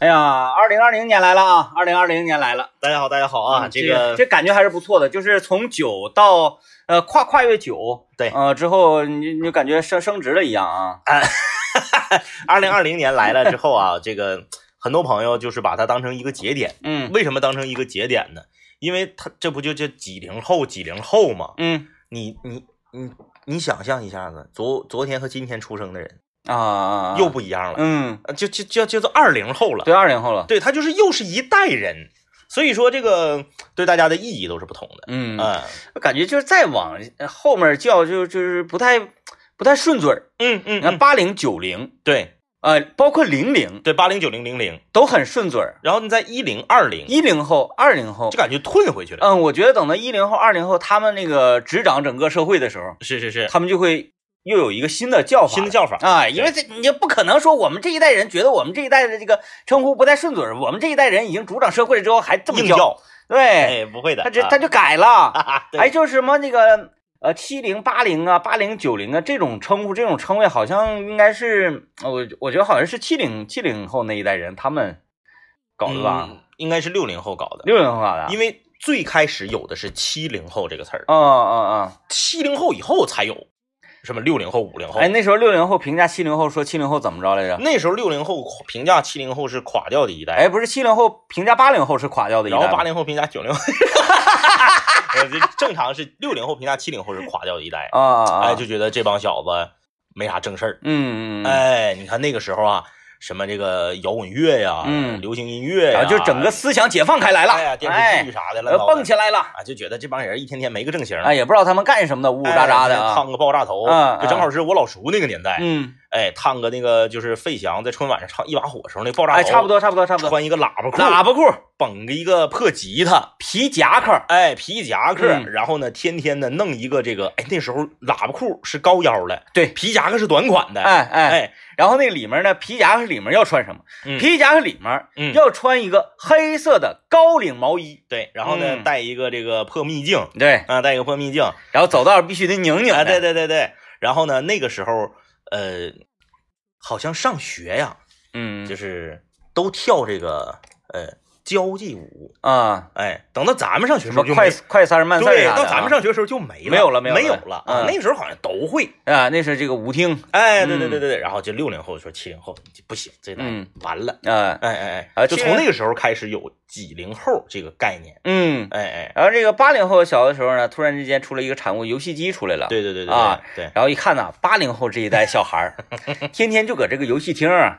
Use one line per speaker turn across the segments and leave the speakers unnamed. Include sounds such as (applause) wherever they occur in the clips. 哎呀，二零二零年来了啊，二零二零年来了
大家好，大家好啊！
嗯
这
这
个
这感觉还是不错的，就是从九到呃跨跨越九，
对
呃之后你你感觉升升职了一样啊，
二零二零年来了之后啊， (laughs) 这个很多朋友就是把它当成一个节点。
嗯
为什么当成一个节点呢？因为它这不就这几零后几零后嘛？
嗯
你你你你想象一下子，昨昨天和今天出生的人
啊啊，啊
又不一样了，
嗯
呃就就就就叫二零后了。
对二零后了，
对，他就是又是一代人，所以说这个对大家的意义都是不同的。
嗯，
嗯
感觉就是再往呃后面叫就就是不太不太顺嘴儿，
嗯嗯
你看
嗯，
八零九零
对
呃包括零零
对，八零九零零零，
都很顺嘴儿，
然后你在一零二零，
一零后二零后
就。感觉退回去了。
嗯，我觉得等到一零后、二零后他们那个执掌整个社会的时候，
是是是，
他们就会又有一个新的叫法，
新的叫法。
啊，因为这你就不可能说我们这一代人觉得我们这一代的这个称呼不太顺嘴儿，我们这一代人已经主掌社会了之后还这么
硬
叫，
要，
对，
哎，不会的，
他这
啊
他就改了，
啊， (laughs) 对
哎，就是什么那个呃七零八零啊八零九零啊这种称呼这种称谓好像应该是呃我我觉得好像是七零七零后那一代人他们搞的吧，
嗯应该是六零后搞的，
六零后搞的，啊
因
为
为最开始有的是七零后这个词儿，
嗯嗯
七零后以后才有什么六零后、五零
嗯，。
后
哎那时候六零后评价七零后说七零后怎么着来着？
那时候六零后评价七零后是垮掉的一代，
哎，不是七零后评价八零后是垮掉的一代
然
吗，
后八零后评价九零后， (laughs) 呃这正常是六零后评价七零后是垮掉的一代，
啊啊啊，
哎，就觉得这帮小子没啥正事儿。
嗯嗯嗯。
哎，你看那个时候啊，什么这个摇滚乐呀，
嗯
流行音乐哎
啊，
呀，
就整个思想解放开来了，
哎呀电视剧
哎
啥的
呃
了，
蹦起来了，
啊，就觉得这帮人一天天没个正形，
哎，也不知道他们干什么的，呜呜
哎
喳喳的啊，
烫个爆炸头，
嗯
就正好是我老叔那个年代，
嗯，
哎，烫个那个就是费翔在春晚上唱《一把火》时候那爆炸头，
哎，差不，多，差不多，差不多，
穿一个喇叭裤，
喇叭裤、
绑个一个破吉他，
皮夹克，
哎，皮夹克，
嗯
然后呢，天天的弄一个这个，哎，那时候喇叭裤是高腰的，
对
皮夹克是短款的，
哎哎，
哎，
然后那里面呢，皮夹克里面要穿什么？
嗯
皮夹克里面
嗯
要穿一个黑色的高领毛衣，
对，然后呢，
嗯
戴一个这个破秘镜，
对，
啊，戴一个破秘镜，
然后走道必须得拧拧
啊，
的，
对对对对，然后呢，那个时候，呃，好像上学呀，
嗯，
就是都跳这个呃交际舞。
啊，
哎，等到咱们上学
什
时候
么
就
快
没，
快三儿慢四儿
对，
啥的
到
啊
咱们上学时候就没了，
没有了没
没
有
有
了
了
嗯
啊！那时候好像都会，
啊，那是这个舞厅，
哎，对对
嗯
对对对，然后就六零后说七零后就不行，这代
嗯
完了，
啊，
哎哎
啊
哎，就
70
从那个时候开始有几零后这个概念，
嗯。
哎哎，
然后这个八零后小的时候呢，突然之间出了一个产物，游戏机出来了。
对对对对
啊
对，
然后一看呐、8八零后这一代小孩儿，
(laughs)
天天就搁这个游戏厅啊，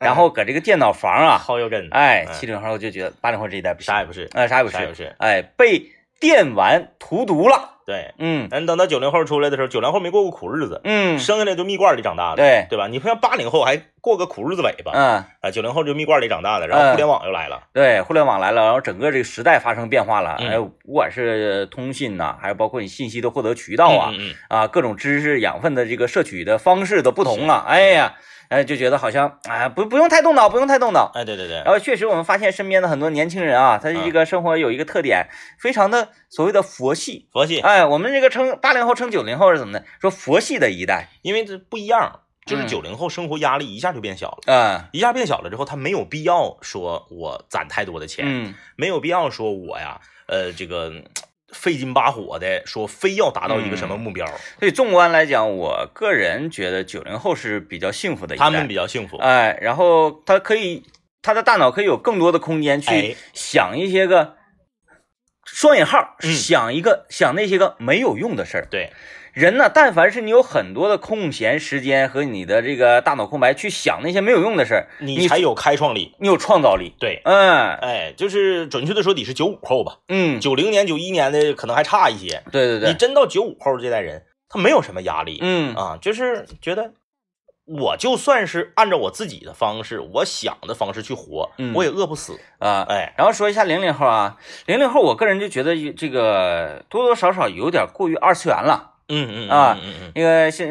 然后搁这个电脑房啊，
薅油根，
哎，
哎嗯
七零后就觉得八零后这一代不行，
啥也不是，
哎，啥也不
啥也不
是，
是，
哎，被电玩荼毒了，
对。 (laughs)
嗯
咱等到九零后出来的时候，九零后没过过苦日子，
嗯，
生下来就蜜罐里长大的，
对，
对吧？你不像八零后还过个苦日子尾巴
嗯，
啊，九零后就蜜罐里长大的，然后
嗯
互联网又来了，
对，互联网来了，然后整个这个时代发生变化了，
嗯
哎，不管是通信呐、还有包括你信息的获得渠道啊，
嗯嗯嗯
啊，各种知识养分的这个摄取的方式都不同了，哎呀，哎，就觉得好像哎，不不用太动脑，不用太动脑。
哎，对对对，
然后确实，我们发现身边的很多年轻人啊，他
嗯
这个生活有一个特点，非常的所谓的佛系。
佛系，
哎，我们这个称八零后称九零后是怎么的？说佛系的一代
因为这不一样，就是
嗯
九零后生活压力一下就变小了。
啊，
一下变小了之后，他没有必要说我攒太多的钱，
嗯
没有必要说我呀，呃，这个嗯费劲巴火的说非要达到一个什
嗯
么目标，
所以纵观来讲，我个人觉得九零后是比较幸福的一代，
他们比较幸福。
哎，然后他可以，他的大脑可以有更多的空间去
哎
想一些个双引号，
嗯
想一个想那些个没有用的事儿。
对，
人呢，但凡是你有很多的空闲时间和你的这个大脑空白去想那些没有用的事儿，
你才有开创力。
你有创造力。
对，
嗯
哎，就是准确的说，你是九五后吧，
嗯，
九零年、九一年的可能还差一些。
对对
你
对，
真到九五后这代人，他没有什么压力，
嗯
啊，就是觉得我就算是按照我自己的方式，我想的方式去活，
嗯
我也饿不死。
啊。
哎，
然后说一下零零后啊，零零后，我个人就觉得这个多多少少有点过于二次元了。
嗯嗯
啊
嗯嗯，
那个现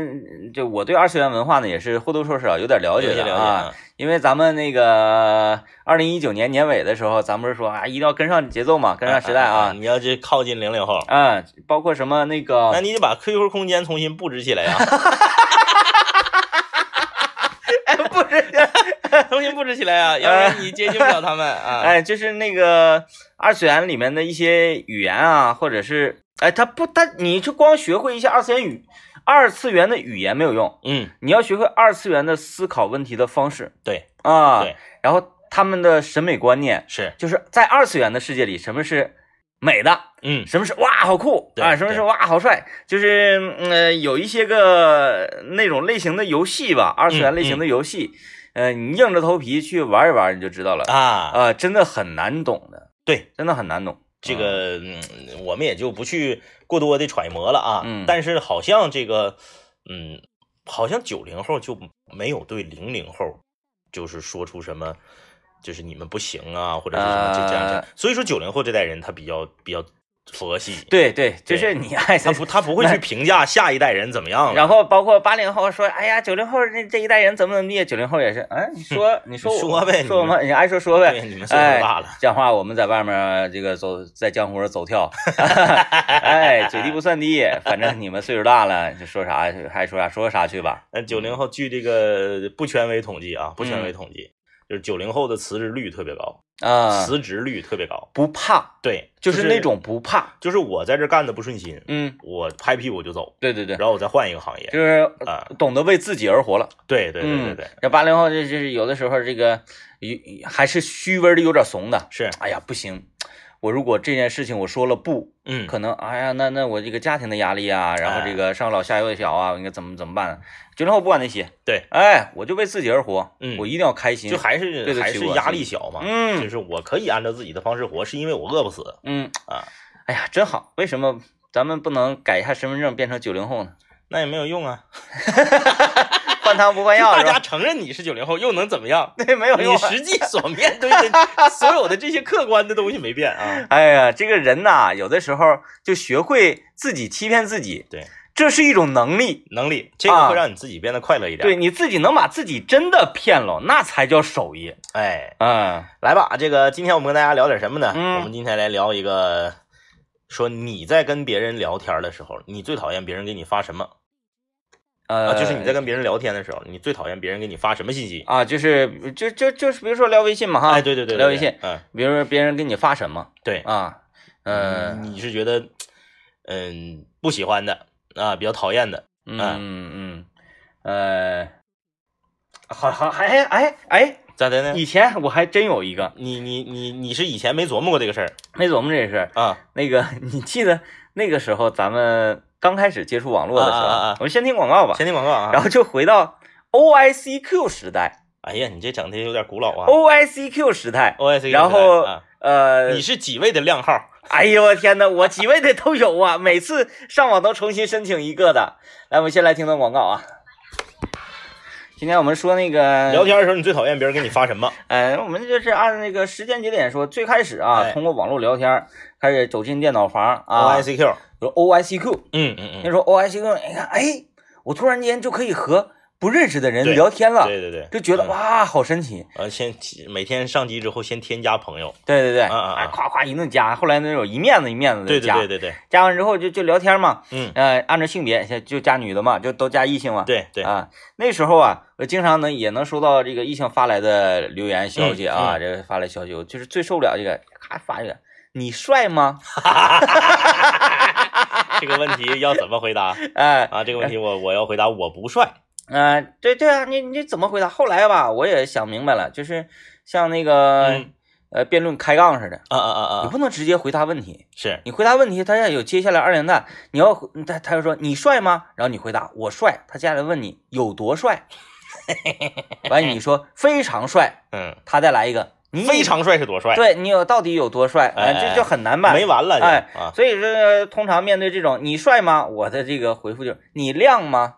就我对二次元文化呢，也是或多或少有点了
了
解
解
的
了解
啊。，因为咱们那个二零一九年年尾的时候，咱不是说啊，一定要跟上节奏嘛，跟上时代啊，
你要是靠近零零后，
嗯，包括什么那
那
个，
你得把 QQ 空间重
(laughs)
新布置起来啊！
哎，不是，
重新布置起来啊，要不然你接近不了他们 (laughs) 啊。
哎，就是那个二次元里面的一些语言啊，或者是哎，它不，它你就光学会一些二次元语、二次元的语言没有用，
嗯，
你要学会二次元的思考问题的方式
对，
啊。
对。
然后他们的审美观念，
是，
就是在二次元的世界里，什么是美的，
嗯，
什么是哇好酷
对
啊，什么是
对
哇好帅，就是嗯呃有一些个那种类型的游戏吧，二次元类
嗯
型的游戏，呃，你硬着头皮去玩一玩，你就知道了。
啊，
啊，真的很难懂的，
对，
真的很难懂。
这个嗯我们也就不去过多的揣摩了啊。
嗯
但是好像这个，嗯，好像九零后就没有对零零后，就是说出什么，就是你们不行啊，或者是什么这这样这样
呃。
所以说九零后这代人他比较比较佛系，
对对，就是你爱谁。
他不他啊不会去评价下一代人怎么样了。
然后包括八零后说，哎呀，九零后这这一代人怎么怎么地，九零后也是，哎，你
(laughs)
说你说我
说呗
说我
你们
们你爱说说呗
对，你们岁
哎
数大了，，
讲话我们在外面这个走在江湖上走跳， (laughs) 哎，嘴低不算低，反正你们岁数大了，就说啥还说啥说啥去吧。
但九零后据这个不权威统计啊，不
嗯
权威统计，就是九零后的辞职率特别高，
啊，
辞职率特别高。
不怕，
对，
就是那，种不怕。
就是我在这干的不顺心，
嗯，
我拍屁股就走，
对对对，
然后我再换一个行业。
就是
啊，
懂得为自己而活了。
对对对对
嗯
对，
这八零后这就是有的时候这个有还是虚伪的有点怂的。
是，
哎呀，不行，我如果这件事情我说了不，
(laughs) 嗯，
可能哎呀，那那我这个家庭的压力
哎
啊，然后这个上有老下有小啊，我应该怎么怎么办、九零后不管那些，
对，
哎，我就为自己而活，
嗯
我一定要开心。
就还是
对得起
还是
我自己
压力小嘛，
嗯
就是我可以按照自己的方式活，是因为我饿不死
嗯，
啊，
哎呀，真好，为什么咱们不能改一下身份证变成九零后呢？
那也没有用 (laughs) 啊。
换汤不换药
(laughs) 大
是
家
吧？
承认你是九零后，又能怎么样？
(laughs) 对，没有用
你
啊。
实际所面对 (laughs) 的所有的这些客观的东西没变啊。
哎呀，这个人呐，有的时候就学会自己欺骗自己，
对，
这是一种能力。
能力，这个
啊
会让你自己变得快乐一点。
对，，你自己能把自己真的骗了，那才叫手艺。
哎，
嗯
来吧，这个今天我们跟大家聊点什么呢？
嗯
我们今天来聊一个，说你在跟别人聊天的时候，你最讨厌别人给你发什么？
呃、
啊，就是你在跟别人聊天的时候，你最讨厌别人给你发什么信息？
啊，就是就就就是比如说聊微信嘛哈，
哎，对对对，对
聊微信，
嗯，
比如说别人给你发什么
对，
啊，
嗯，
嗯
你是觉得，嗯，不喜欢的啊，比较讨厌的，
嗯嗯嗯，呃，好好哎哎哎，
咋的呢？
以前我还真有一个
你你你你是以前没琢磨过这个事儿
没琢磨这事儿，
啊？
那个 (laughs) 你记得那个时候咱们刚开始接触网络的时候，
啊啊啊
我们先听广告吧，
先听广告啊
然！后就回到 OICQ 时代、
哎呀，你这整的有点古老啊。
o i c q 时代，
O S
哦然后、
啊
呃，
你是几位的靓号？
(laughs) 哎呦我天哪，我几位的都有啊， (laughs) 每次上网都重新申请一个的。来，我们先来听段广告啊。今天我们说那个
聊，天的时候你最讨厌别人给你发什么？
呃，我们就是按那个时间节点说，最开始啊，
哎
通过网络聊天，开始走进电脑房啊
O，I C Q，
有 OICQ，
嗯嗯
那时候 OICQ，你看，哎，我突然间就可以和不认识的人
对
聊天了，
对对对，
就觉得
嗯，
哇，好神奇。
呃，先每天上机之后先添加朋友，
对对对，
啊啊啊
哎，夸夸一顿加，后来那种一面子一面子
对
的
对
加，
对对对，
加完之后就就聊天嘛，
嗯，
(laughs) 呃，按照性别现在就加女的嘛，就都加异性嘛。
对对，
啊，那时候啊，我经常能也能收到这个异性发来的留言消息啊，
嗯嗯
这个发来消息，我就是最受不了这个，咔发一个，你帅吗？
这个问题要怎么回
(laughs)
答
哎、
啊？这个问题我我要回答我不帅，
呃，对对啊，你你怎么回答？后来吧，我也想明白了，就是像那个、
嗯
呃辩论开杠似的，
啊啊啊
你
啊，
不能直接回答问题，
是，
你回答问题，他要有接下来二连弹，你要回他他就说你帅吗？然后你回答我帅，他接下来问你有多帅，完了你说非常帅，
嗯，
他再来一个你
非常帅是多帅，
对你有到底有多帅，
哎哎
这就很难办。
没完了就，
哎
啊，
(laughs) 所以说，通常面对这种你帅吗？我的这个回复就是你亮吗？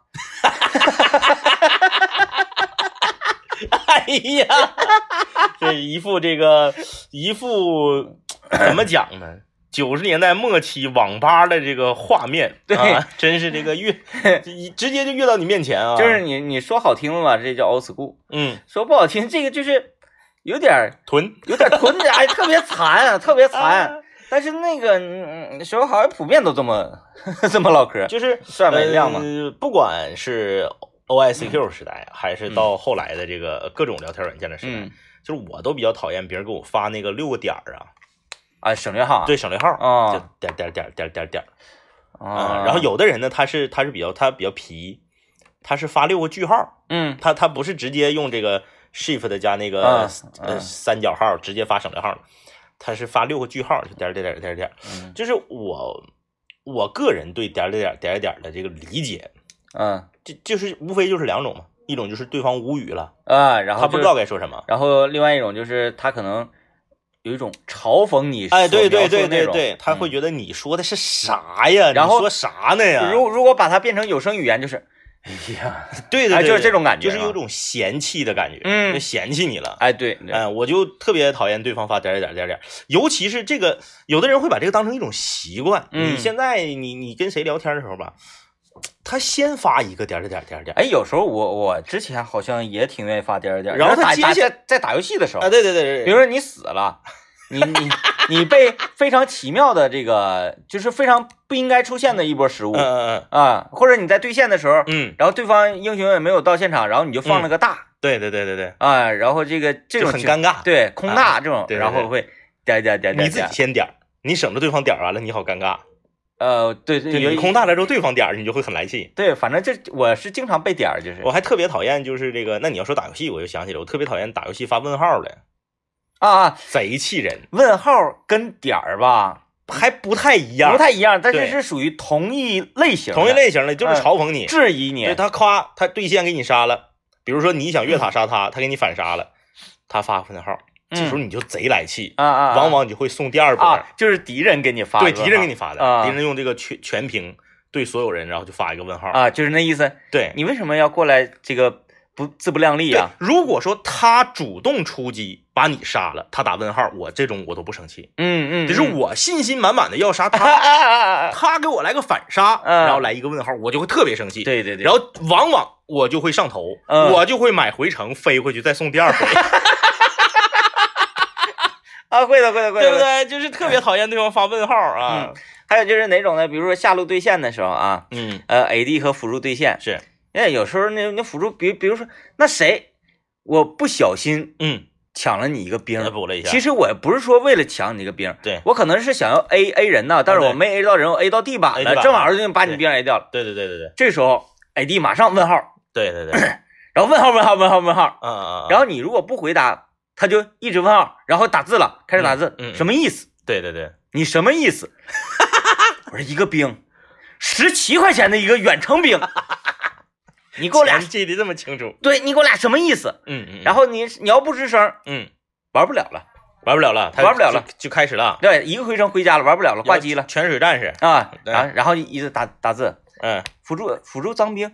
哎呀， (laughs) 这一副这个一副怎么讲呢？九十年代末期网吧的这个画面，
对
啊，真是这
(laughs)
个越一直接就越到你面前啊，
就是你你说好听吧，这叫 old school；
嗯，
说不好听，这个就是有点儿
臀
有点儿捆着，哎，特别残，
(laughs)
啊，特别残。但是那个嗯，时候 (laughs) 好像普遍都这么这么唠嗑，
就是
帅没亮吗？
呃不管是 O I C Q 时代，还是到后来的这个呃各种聊天软件的时代，
嗯
就是我都比较讨厌别人给我发那个六个点儿啊，
啊，省略号，
对，省略号，
啊
就点儿点儿点儿点儿点儿点儿，嗯
啊，
然后有的人呢，他是他是比较他比较皮，他是发六个句号，
嗯
他他不是直接用这个 shift 加那个
啊
呃
啊
三角号直接发省略号，他是发六个句号，就点儿点儿点儿点儿点儿，
嗯
就是我我个人对点儿点儿点儿点儿点儿的这个理解，
嗯
就就是无非就是两种嘛，一种就是对方无语了，
啊，然后
他不
就
知道该说什么。
然后另外一种就是他可能呃有一种嘲讽你，
哎，对对对对对，他会
嗯
觉得你说的是啥呀？
然
你
后
说啥呢呀？
如如果把它变成有声语言，就是，哎呀，
对对
哎
对，
就是
对
这种感觉
就是有
啊
种嫌弃的感觉，
嗯
就嫌弃你了。
哎，对，对
哎，我就特别讨厌对方发点儿点儿点儿点儿，尤其是这个，有的人会把这个当成一种习惯。
嗯
你现在你你跟谁聊天的时候吧，他先发一个点儿点儿点儿点儿点
哎，有时候我我之前好像也挺愿意发点儿点儿，
然后他
打
接
打
下
在在打游戏的时
儿
候
啊，，对对对对
哎比
对，
如说你死了，你你你被非常奇妙的这个就是非常不应该出现的一波失误
嗯嗯
啊，或者你在对线的时候
嗯，嗯，
然后对方英雄也没有到现场，然后你就放了个大
对对对对对，
啊，然后这个这
就
种
很
情
尴尬。
对空大这种，
对对
然
对
后会点儿点儿点儿点
你
儿
自
点
己
儿，
先点儿，你省着对方点儿完了，你好尴尬。
呃，对对
就你
有
空大了之后，对方点儿，你就会很来气。
对，反正这我是经常被点儿，就是
我还特别讨厌，就是这个，那你要说打游戏，我就想起来，我特别讨厌打游戏发问号的，
啊啊，
贼气人，
问号跟点儿吧。
还不太一样，
不太一样，但是
对
是属于同一类型的，
同一类型的，就是
嗯
嘲讽你，
质疑你
对，他夸他对线给你杀了，比如说你想越塔杀他，他给你反杀了，他发问号，这时候你就贼来气，
啊嗯啊，啊
往往你会送第二波
啊，，就是敌人给你发
对
的，
敌人给你发的，
啊
敌人用这个全全屏对所有人，然后就发一个问号，
啊，就是那意思，
对
你为什么要过来这个不自不量力
对
啊？，
如果说他主动出击把你杀了，他打问号，我这种我都不生气，
嗯嗯，
只是
嗯
我信心满满的要杀
啊 (laughs)
他，
啊啊啊
(laughs)
啊，
他给我来个反杀，
嗯
然后来一个问号，我就会特别生气，
对对对，
然后往往我就会上头，
嗯
我就会买回程飞回去再送第
(laughs)
二回，
啊，会的会的会的，
对不
会的？
对？就是特别讨厌对方发问号啊
嗯。，还有就是哪种呢？比如说下路对线的时候啊，
嗯，
呃，AD 和辅助对线，
是，
哎，有时候那那辅助，比比如说那谁，我不小心
嗯，
抢了你一个兵
再，补了一
嗯
下。
其实我也不是说为了抢你这个兵，
对
我可能是想要 A A 人呢，但是
啊对
我没 A 到人，我 A 到地板
A 地板了
了，正好就把你
对
兵 A 掉了。
对对对对对
这时候 AD 马上问号，
对对
(coughs)
对，嗯
然后问号问号问号问号，
嗯嗯，
然后
后
你如果不回答，他就一直问号，然后打字了，开始打字，
嗯嗯嗯
什么意思？
对对对，
你什么意
(laughs)
思？我说一个兵，十七块钱的一个远程
(laughs)
兵，你给我俩
钱记得这么清楚。
对你给我俩什么意思？
嗯嗯，
然
后
后你你要不吱声，
嗯，
玩不了了。
玩不了了，他
玩不了了
就，就开始了，
对，一个回声回家了，玩不了了，挂机了
泉水战士，
啊！
对
然后然后一直打打字，
嗯，
辅助辅助脏兵，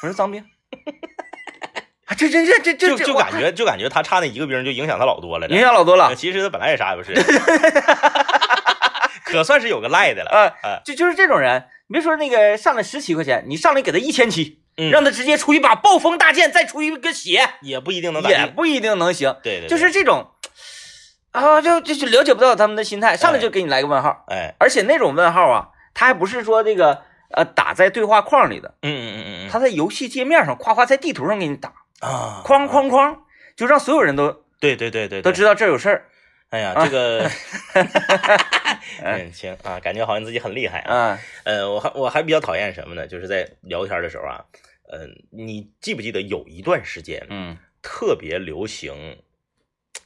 辅助脏
(laughs)
兵。啊，这这这这这
就
这
就
我
感觉就感觉他差那一个兵就影响他老多了。
影响老多了
呃，其实他本来也啥也不是，可算是有个赖的了。
啊
哎，
就就是这种人，你别说那个上来十七块钱，你上来给他一千七，
嗯
让他直接出一把暴风大剑，再出一个血，
也不一定能打
也
赢。
不一定能行。
对对，对
就是这种，啊，就就是了解不到他们的心态，上来就给你来个问号，
哎，
而且那种问号啊，他还不是说这个呃打在对话框里的，
嗯嗯嗯嗯
他在游戏界面上夸夸在地图上给你打，
嗯啊，
哐哐哐，就让所有人都
对对对对，
都
对
知道这儿有事儿。
哎呀，
啊
这
(laughs)
个，嗯，行啊，感觉好像自己很厉害
嗯
啊。呃，我还我还比较讨厌什么呢？就是在聊天的时候啊，嗯、你记不记得有一段时间
嗯
特别流行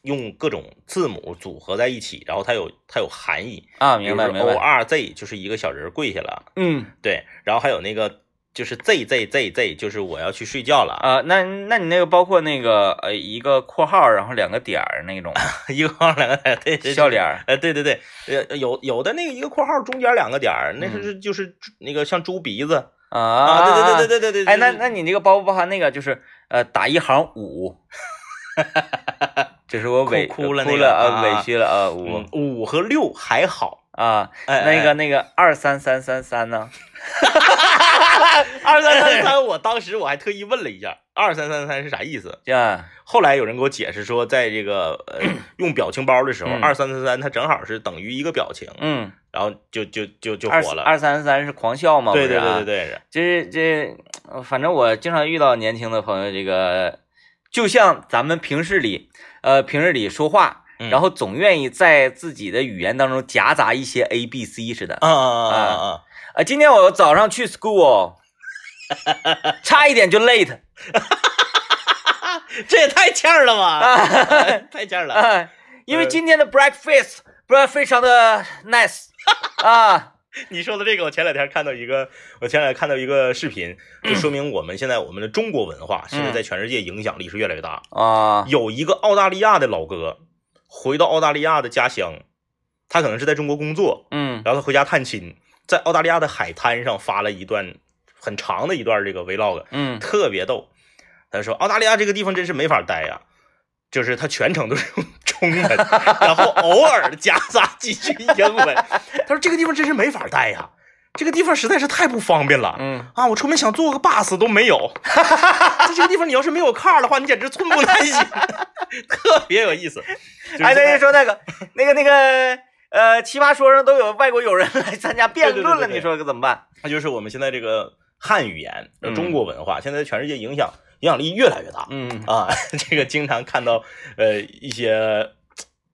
用各种字母组合在一起，然后它有它有含义，
啊，
比
明
如
白
说
明白
O。R Z 就是一个小人跪下了，
嗯
对，然后还有那个就是 Z Z Z Z 就是我要去睡觉了，
啊、那那你那个包括那个呃一个括号，然后两个点儿那种
(laughs) 一个框两个点，对对对
笑脸儿，
呃，对对对，呃，有有的那个一个括号中间两个点儿，那
嗯
是就是猪那个像猪鼻子
啊
啊，对
对。
对对对对对，
哎，那
对
那你这个包不包含那个就是呃打一行五？这是我委
哭哭了
了
那个
啊，
啊
委屈了啊五
嗯五和六还好，
啊，
哎
那
哎
个那个二三三三三呢？
(laughs) 二
(laughs)
三三三，我当时我还特意问了一下，二三三三是啥意思？
啊，
后来有人给我解释说，在这个
(clears throat)
呃用表情包的时候，
嗯
二三三三它正好是等于一个表情，
嗯，
然后就就就就
二
火了。
二三三是狂笑吗？
对对
不是啊
对对对，
这这，呃反正我经常遇到年轻的朋友，这个就像咱们平日里，呃，平日里说话，
嗯
然后总愿意在自己的语言当中夹杂一些 A、B、C 似的。
啊啊啊啊啊！
啊，今天我早上去 school，差一点就 late
这也太欠儿了吧！ (laughs)
啊，
太欠儿了，
啊因为今天的 breakfast 不是非常的 nice 啊，
你说的这个，我前两天看到一个，我前两天看到一个视频，就说明我们现在我们的中国文化现在
嗯
在全世界影响力是越来越大。
啊
有一个澳大利亚的老哥回到澳大利亚的家乡，他可能是在中国工作，
嗯
然后他回家探亲，在澳大利亚的海滩上发了一段很长的一段这个 vlog，
嗯
特别逗。他说澳大利亚这个地方真是没法待呀、就是他全程都是用 (laughs) 中文，然后偶尔夹杂几句英文。他说这个地方真是没法待呀、这个地方实在是太不方便了。
嗯，
啊，我出门想坐个 bus 都没有， (laughs) 在这个地方你要是没有 car 的话，你简直寸步难行， (laughs) 特别有意思。
(laughs)
就是
哎，那
现在
就说那个那个那个呃，奇葩说上都有外国友人来参加辩论了，
对对对对对
你说可怎么办？
那就是我们现在这个汉语言、
嗯
中国文化，现在全世界影响影响力越来越大、
嗯
啊。 (laughs) 这个经常看到呃一些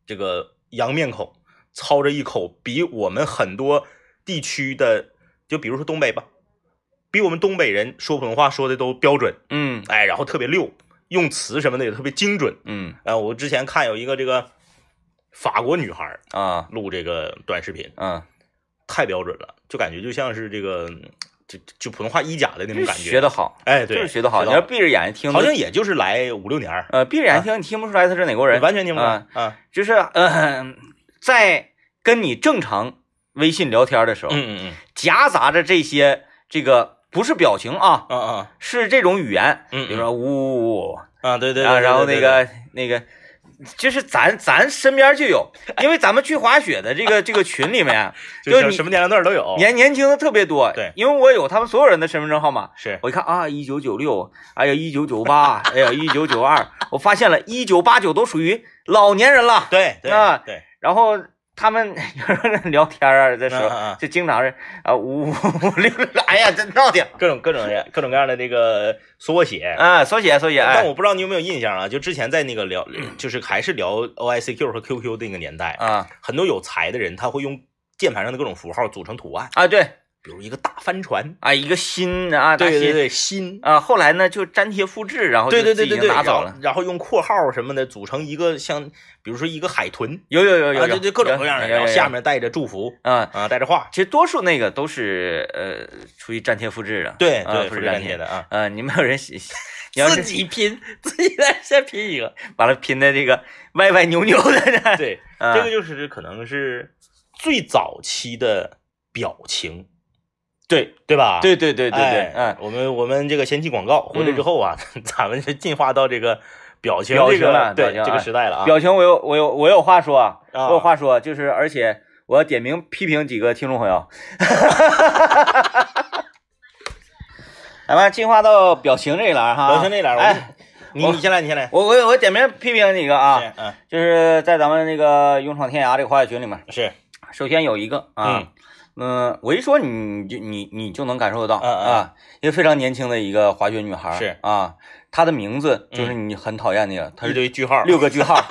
这个洋面孔操着一口比我们很多地区的，就比如说东北吧，比我们东北人说普通话说的都标准，
嗯
哎，然后特别溜，用词什么的也特别精准。
嗯
呃，我之前看有一个这个法国女孩儿
啊
录这个短视频，
嗯，
太标准了，就感觉就像是这个嗯就就普通话一甲的那种
就
感
是
觉。
学的好，
哎，
就
对，
是学的好。你要闭着眼睛听，
好像也就是来五六年儿，
呃闭着眼睛听，你听不出来他是哪国人，
完全听不懂
啊
啊。
就是呃，在跟你正常微信聊天的时候，
嗯嗯
夹杂着这些这个不是表情啊
嗯，啊啊
是这种语言，
嗯嗯
比如说呜呜呜，
啊，对对
啊，
对，
然后
对
那
对对
个那个，就是咱咱身边就有，因为咱们去滑雪的这个这个群里面
对
就是
就
你
什么年龄段都有，
(laughs) 年年轻的特别多，
哦对
因为我有他们所有人的身份证号码，
是
我一看啊，一九九六，哎呀，一九九八，哎呀，一九九二，我发现了，一九八九都属于老年人了。
对对
啊
对，
然后他们 (laughs) 有人聊天啊，这时
嗯嗯
候
嗯
就经常是啊五五六，哎呀，真闹
(laughs)
挺
各种各种各种各样的这个缩写。
啊，缩写缩写，
但
哎
我不知道你有没有印象啊？就之前在那个聊，就是还是聊 O I C Q 和 Q Q 的那个年代，
啊
很多有才的人他会用键盘上的各种符号组成图案，
啊对
比如一个大帆船，
啊一个心啊，大
对对
心
对，心，
啊，后来呢就粘贴复制，然后
对
就
对
自
对
己
对
就
对，
拿
然
走
后
了。
然后用括号什么的组成一个像，比如说一个海豚，
有有有有
啊，
有，
对对，各种各样的，
有
然后下。
有有
面带着祝福
有啊，
啊，带着话，
其实多数那个都是呃出于粘贴复制的，
对
啊
对，
复
复制
制
粘
粘
贴
贴的。
的啊，
呃，你们有人
(laughs)
写，你要是
己拼，自己再先拼一个，
完了拼的这个歪歪扭扭的，
对，
(laughs) 啊
(laughs) 这个就是可能是最早期的表情，对对吧？
对对对对对，嗯，
哎我们我们这个先进广告，回来之后啊， (laughs) 咱们就进化到这个表情
表
这
情
个
了表
对
情
这个
哎
时代了啊，
表情我有我有我有话说啊，
啊
我有话说，就是而且我要点名批评几个听众朋友。 (laughs) 咱们进化到表情这一栏哈，
表情这栏，我
哎，
们你你先来，你先来，
我我我点名批评几个啊，
是嗯
就是在咱们那个勇闯天涯这个话语群里面，
是，
首先有一个啊，嗯、我一说你就你你就能感受得到、
嗯嗯
啊，一个非常年轻的一个滑雪女孩
是嗯
啊，她的名字就是你很讨厌那个，她
一
是
堆句号，
六个句号，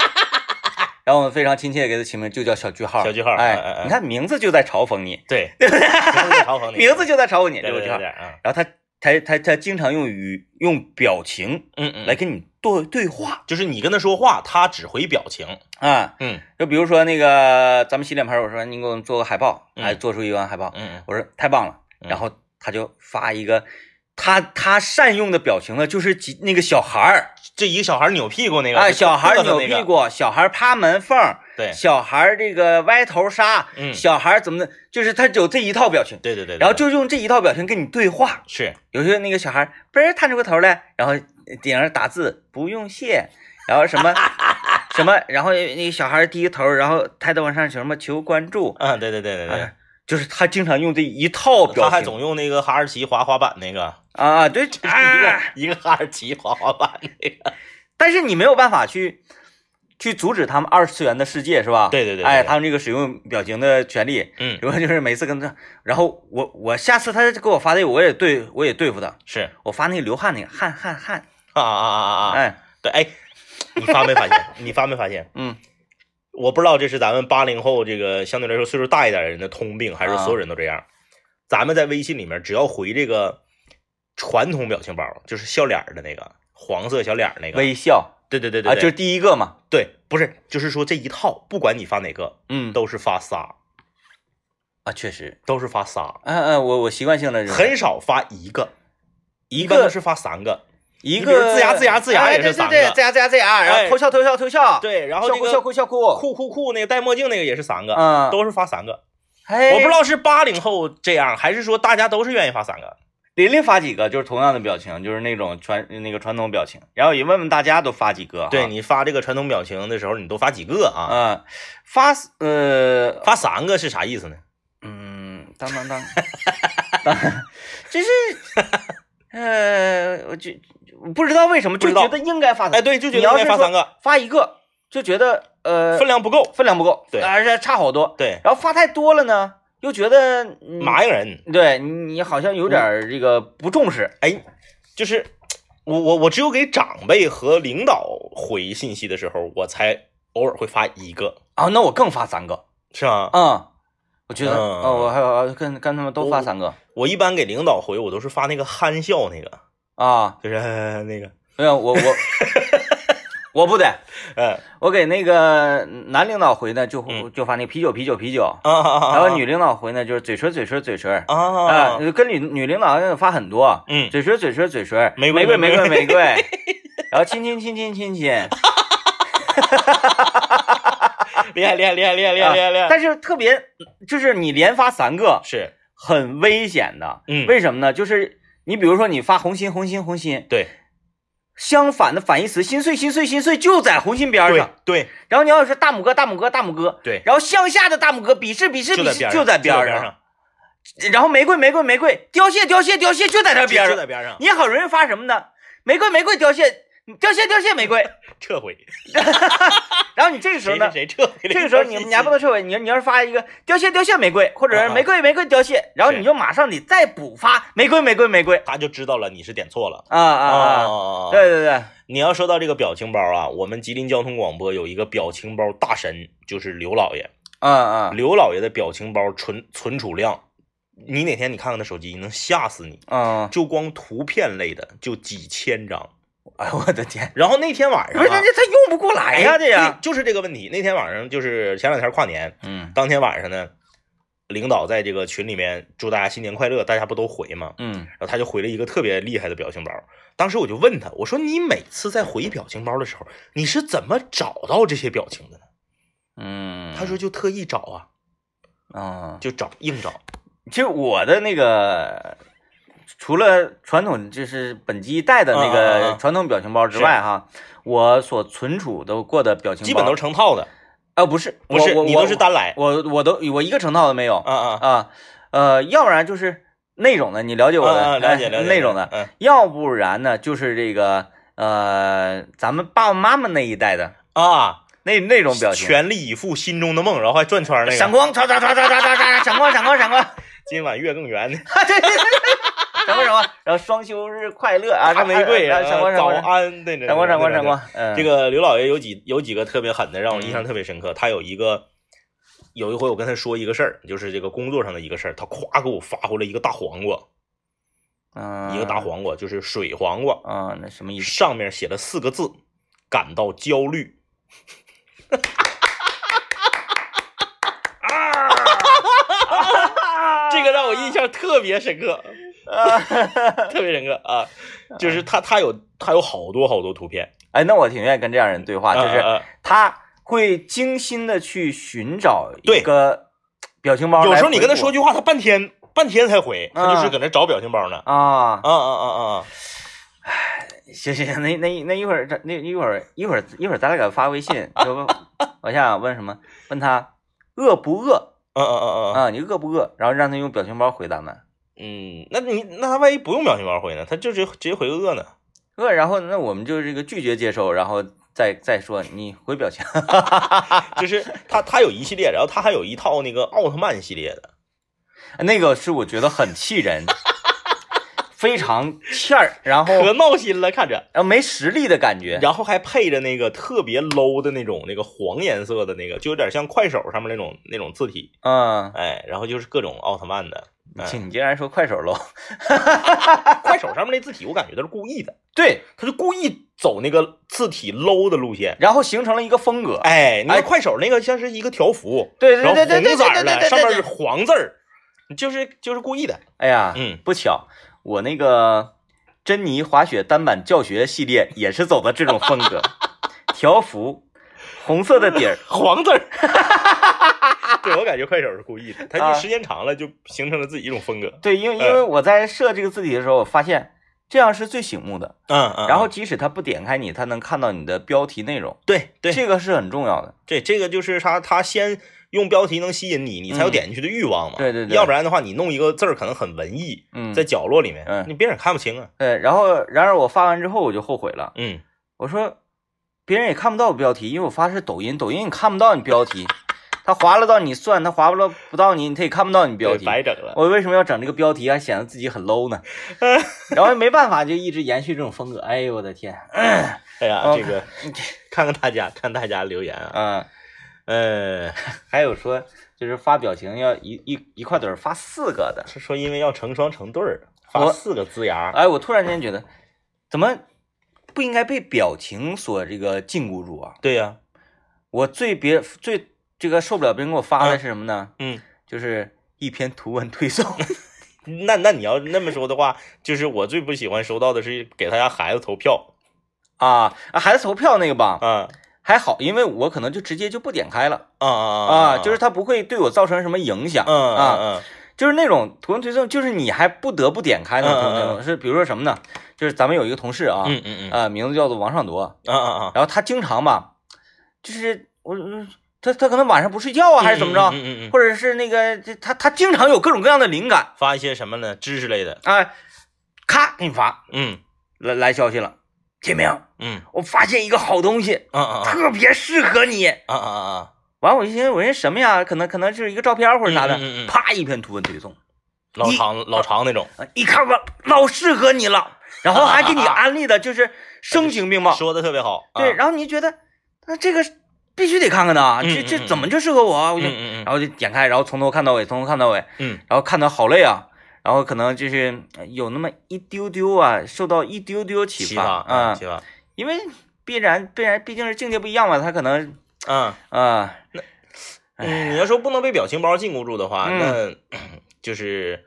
(laughs) 然后我们非常亲切地给她起名就叫小句号，
小句号
哎，
哎哎哎
你看名字就在嘲讽你， (laughs)
对，对不对？嘲讽你，
名字就在嘲讽你
对
六个
对对
句号，
对，嗯
然后她她她她经常用语用表情
嗯嗯，
来跟你对对话
就是你跟他说话，他只回表情，
啊，
嗯
就比如说那个咱们洗脸盆儿，我说你给我们做个海报，
嗯
哎，做出一张海报，
嗯
我说太棒了，
嗯
然后他就发一个，他他善用的表情呢，就是几那个小孩儿，
这一个小孩扭屁股那个，
哎，
就
小孩儿
嘚瑟
扭
那
屁
个，
股，小孩儿趴门缝儿，
对
小孩儿这个歪头杀，
哎嗯
小孩儿怎么的，就是他有这一套表情，
对对对，对
然后
对
就用这一套表情跟你对话。
是
有些那个小孩儿嘣儿探出个头来，然后顶上打字不用谢，然后什
(laughs)
么什么，然后那个小孩儿低个头，然后抬头往上求什么求关注，
啊，对对对对对
哎，就是他经常用这一套表情，
他还总用那个哈士奇滑滑板那个，
啊，对，
一
啊
个一个哈士奇滑滑板那个，
但是你没有办法去去阻止他们二次元的世界，是吧？
对对对对
哎，
对
他们这个使用表情的权利，
嗯，
然后就是每次跟他，然后我我下次他给我发这个，我也对我也对付他，
是
我发那个流汗那个汗汗汗，
啊啊啊啊啊！
哎，
对，哎，你发没
(laughs)
发现？你发没发现？
嗯，
我不知道这是咱们八零后这个相对来说岁数大一点的人的通病，还是
啊
所有人都这样。咱们在微信里面，只要回这个传统表情包，就是笑脸儿的那个黄色小脸儿那个，
微笑
对对对对对，
啊，就是第一个嘛，
对，不是，就是说这一套，不管你发哪个，
嗯，
都是发仨，
啊，确实，
都是发仨，
嗯、嗯，我我习惯性的
很少发一个，
一
般都
个
是发三个。
一
你比如
个
自牙自牙自牙
哎
也是
对
三
对
个
对，自牙自牙自牙，然
哎
后偷笑偷笑偷笑，，
对，然后
笑
那
哭
个
笑哭笑哭，
酷酷酷那个戴墨镜那个也是三个，
嗯，
都是发三个。
哎，
我不知道是八零后这样，还是说大家都是愿意发三个。
啊琳琳发几个，就是同样的表情，就是那种传那个传统表情，然后也问问大家都发几个哈。
对你发这个传统表情的时候，你都发几个啊？
嗯、发呃，
发三个是啥意思呢？
嗯，当当当，当， (laughs) 就是呃，我就不知道为什么
不
就
知道
觉得应该发三个，
哎，对，就觉
嗯你
得应
要是
该发
说
三个，
发一个就觉得呃
分量不够。
分量不够，
对
而且差好多，
对，
然后发太多了呢，又觉得嗯
麻烦人。
对你你好像有点儿这个不重视，
哎，就是我我我只有给长辈和领导回信息的时候，我才偶尔会发一个，
啊，那我更发三个。
是吗？
嗯，我觉得，
嗯
哦，我还有跟跟他们都发
我
三个
我一般给领导回，我都是发那个憨笑那个，
啊，
就是、呃那个，
没有我我
(laughs)
我不得，
嗯
我给那个男领导回呢就
嗯
就发那啤酒啤酒啤酒，
啊啊啊，
然后女领导回呢就是嘴唇嘴唇嘴唇，
啊
啊
啊，，
跟女女领导发很多，
嗯，
嘴唇嘴唇嘴唇，
玫瑰
瑰
玫
玫
瑰
玫瑰， (laughs) 然后亲亲亲亲亲亲，
厉害厉害厉害厉害厉害
啊
厉害厉害，
但是特别就是你连发三个
是，
很危险的，
嗯，
为什么呢？就是你比如说你发红心红心红心。
对
相反的反义词，心碎心碎心碎就在红心边儿
对
上。
对
然后你要是大拇哥大拇哥大拇哥，
对，
然后向下的大拇哥鄙视鄙视
就
鄙
在
视
边儿
就在边
儿
儿上。，然后玫瑰玫瑰玫瑰凋谢凋谢凋谢就在它边
边
儿
就
上
在。边儿上，
你好容易发什么呢？玫瑰玫瑰凋谢凋谢凋谢玫
(laughs)
瑰。
撤回，
然后你这个时候
谁
呢
谁？谁撤回了？
这个时候你你还不能撤回，你你要是发一个凋谢凋谢玫瑰，或者
啊
是
啊
玫瑰玫瑰凋谢，然后
是
你就马上得再补发玫瑰玫瑰玫瑰
他就知道了你是点错了
啊啊啊！
哦
对对对，
你要说到这个表情包啊，我们吉林交通广播有一个表情包大神，就是刘老爷。
嗯嗯
刘老爷的表情包存存储量，你哪天你看看他手机，能吓死你。
嗯，
就光图片类的就几千张。
哎呦我的天！
然后那天晚上、
不是，
啊，哎
那他用不过来呀，这
呀，
样。
对就是这个问题。那天晚上就是前两天跨年，
嗯
当天晚上呢，领导在这个群里面祝大家新年快乐，大家不都回吗？
嗯
然后他就回了一个特别厉害的表情包。当时我就问他，我说你每次在回表情包的时候，你是怎么找到这些表情的呢？
嗯，
他说就特意找啊，
嗯，
就找硬找。
其实我的那个除了传统就是本机带的那
啊啊啊
个传统表情包之外哈，我所存储的过的表情包
基本都是成套的，
啊不是
不是
我我
你都是单来。
我我都我一个成套都没有
啊啊
啊呃，要不然就是那种的，你了解我
啊啊！
的
了解了解
哎那种的，
嗯
要不然呢就是这个呃咱们爸爸妈妈那一代的
啊，
那那种表情。
全力以赴心中的梦，然后还转圈儿那
闪
个，
光，唰唰唰唰唰唰唰，闪光闪光闪光，
今晚月更
(laughs)
圆，
对对对，闪光闪光，然后双休日快乐
(laughs)
啊，
大玫瑰，
闪光
呃
闪
早
光，
安，对对，对
闪光闪光闪。
对对嗯
光，嗯，
这个刘老爷有几有几个特别狠的，让我印象特别深刻。他有一个，有一回我跟他说一个事儿，就是这个工作上的一个事儿，他咵给我发回来一个大黄瓜，
嗯
一个大，黄瓜，就是水黄瓜，
啊，那什么意思？
上面写了四个字：感到焦虑。啊这个让我印象特别深刻，特别深刻啊！就是他，他有他有好多好多图片
哎，那我挺愿意跟这样人对话，就
啊
是
啊啊
他会精心的去寻找一个表情包，
啊有时候你跟他说句话，他半天半天才回，他就是
啊
搁那找表情包呢。
啊，
啊啊啊啊！
行行，行，那那那一会儿，那一会儿一会
(laughs)
儿一会儿咱俩给他发微信，就问，我想问什么？问他饿不饿？
嗯嗯嗯嗯嗯
啊，你饿不饿？然后让他用表情包回答呢。
嗯，那你那他万一不用表情包回呢？他就直接直接回个饿呢？
饿，呃然后那我们就这个拒绝接受，然后再再说你回表情。 (laughs)
就是他他有一系列，然后他还有一套那个奥特曼系列的，
那个是我觉得很气人，非常欠儿，然后
可闹心了，看着。
然后没实力的感觉。
然后还配着那个特别 low 的那种那个黄颜色的那个，就有点像快手上面那种那种字体，
嗯，
哎，然后就是各种奥特曼的，哎
请你竟然说快手喽？
快手上面那字体我感觉他是故意的，
对，
他就故意走那个字体 low 的路线。
然后形成了一个风格。
哎，你看
哎
快手那个像是一个条幅，
对对
然后
对对对
红色
对
儿
对
的，
对
上面
对
是
对。
黄字儿，就是就是故意的。
哎呀，
嗯，
不巧，我那个珍妮滑雪单板教学系列也是走的这种风
(laughs)
格，条幅，红色的底儿。
黄字儿。 (laughs) 对，我感觉快手是故意的，它
啊
就时间长了就形成了自己一种风格。
对，因为因为我在设这个字体的时候，我发现这样是最醒目的。
嗯嗯
然
然
后
后
即使他不点开你，他能看到你的标题内容，
对对
这个是很重要的。
对，这个就是他他先用标题能吸引你，你才有
嗯
点进去的欲望嘛。
对对对
要不然的话，你弄一个字儿可能很文艺，
嗯，
在角落里面，
嗯
你别人看不清啊。
对，然后然而我发完之后我就后悔了，
嗯，
我说别人也看不到我标题，因为我发的是抖音，抖音你看不到你标题，他划拉到你算，他划不到不到你，他也看不到你标
对
题。
白整了。
我为什么要整这个标题，还显得自己很 low
(laughs)
呢？然后没办法，就一直延续这种风格。哎呦我的
(laughs)
天，
哎呀，
哦
这个看看大家看大家留言啊，
嗯，
呃，
还有说就是发表情要一一一块堆儿发四个的，
是说因为要成双成对儿，发
我
四个字牙。
哎，我突然间觉得，怎么不应该被表情所这个禁锢住啊？
对呀，
我最别最这个受不了别人给我发的是什么呢？
嗯，
就是一篇图文推送， (laughs)
那那你要那么说的话，就是我最不喜欢收到的是给他家孩子投票
啊，啊孩子投票那个吧，
啊
还好，因为我可能就直接就不点开了
啊啊
啊，就是它不会对我造成什么影响
嗯
啊。
嗯
就是那种图文推送，就是你还不得不点开那种图文推
嗯嗯
送，是比如说什么呢？就是咱们有一个同事啊，
嗯嗯嗯
呃，名字叫做王尚铎，
啊啊啊，
然后他经常吧，就是我我他他可能晚上不睡觉啊，还是怎么着，
嗯嗯嗯嗯，
或者是那个这他他经常有各种各样的灵感
发一些什么呢？知识类的，
啊、咔给你发
嗯
来来消息了，铁明，
嗯
我发现一个好东西，
啊啊啊
特别适合你。
啊啊啊，
完我就寻思，我寻思什么呀？可能可能是一个照片或者啥的，
嗯嗯嗯嗯
啪一篇图文推送，
老长老长那种，
啊一看吧，老适合你了，然后还给
啊
你安利的就是声情并茂，
说的特别好，
啊
啊
对，然后你就觉得那这个必须得看看呐，
嗯
这
嗯嗯
这怎么就适合我啊？我
嗯
就
嗯
然后就点开，然后从头看到尾，从头看到尾，
嗯
然后看到好累啊，然后可能就是呃有那么一丢丢啊，受到一丢丢启
启
发
发嗯
啊、
启发，
因为必然必然毕竟是境界不一样嘛，他可能
嗯
啊、
嗯，你要说不能被表情包禁锢住的
嗯
话，那就是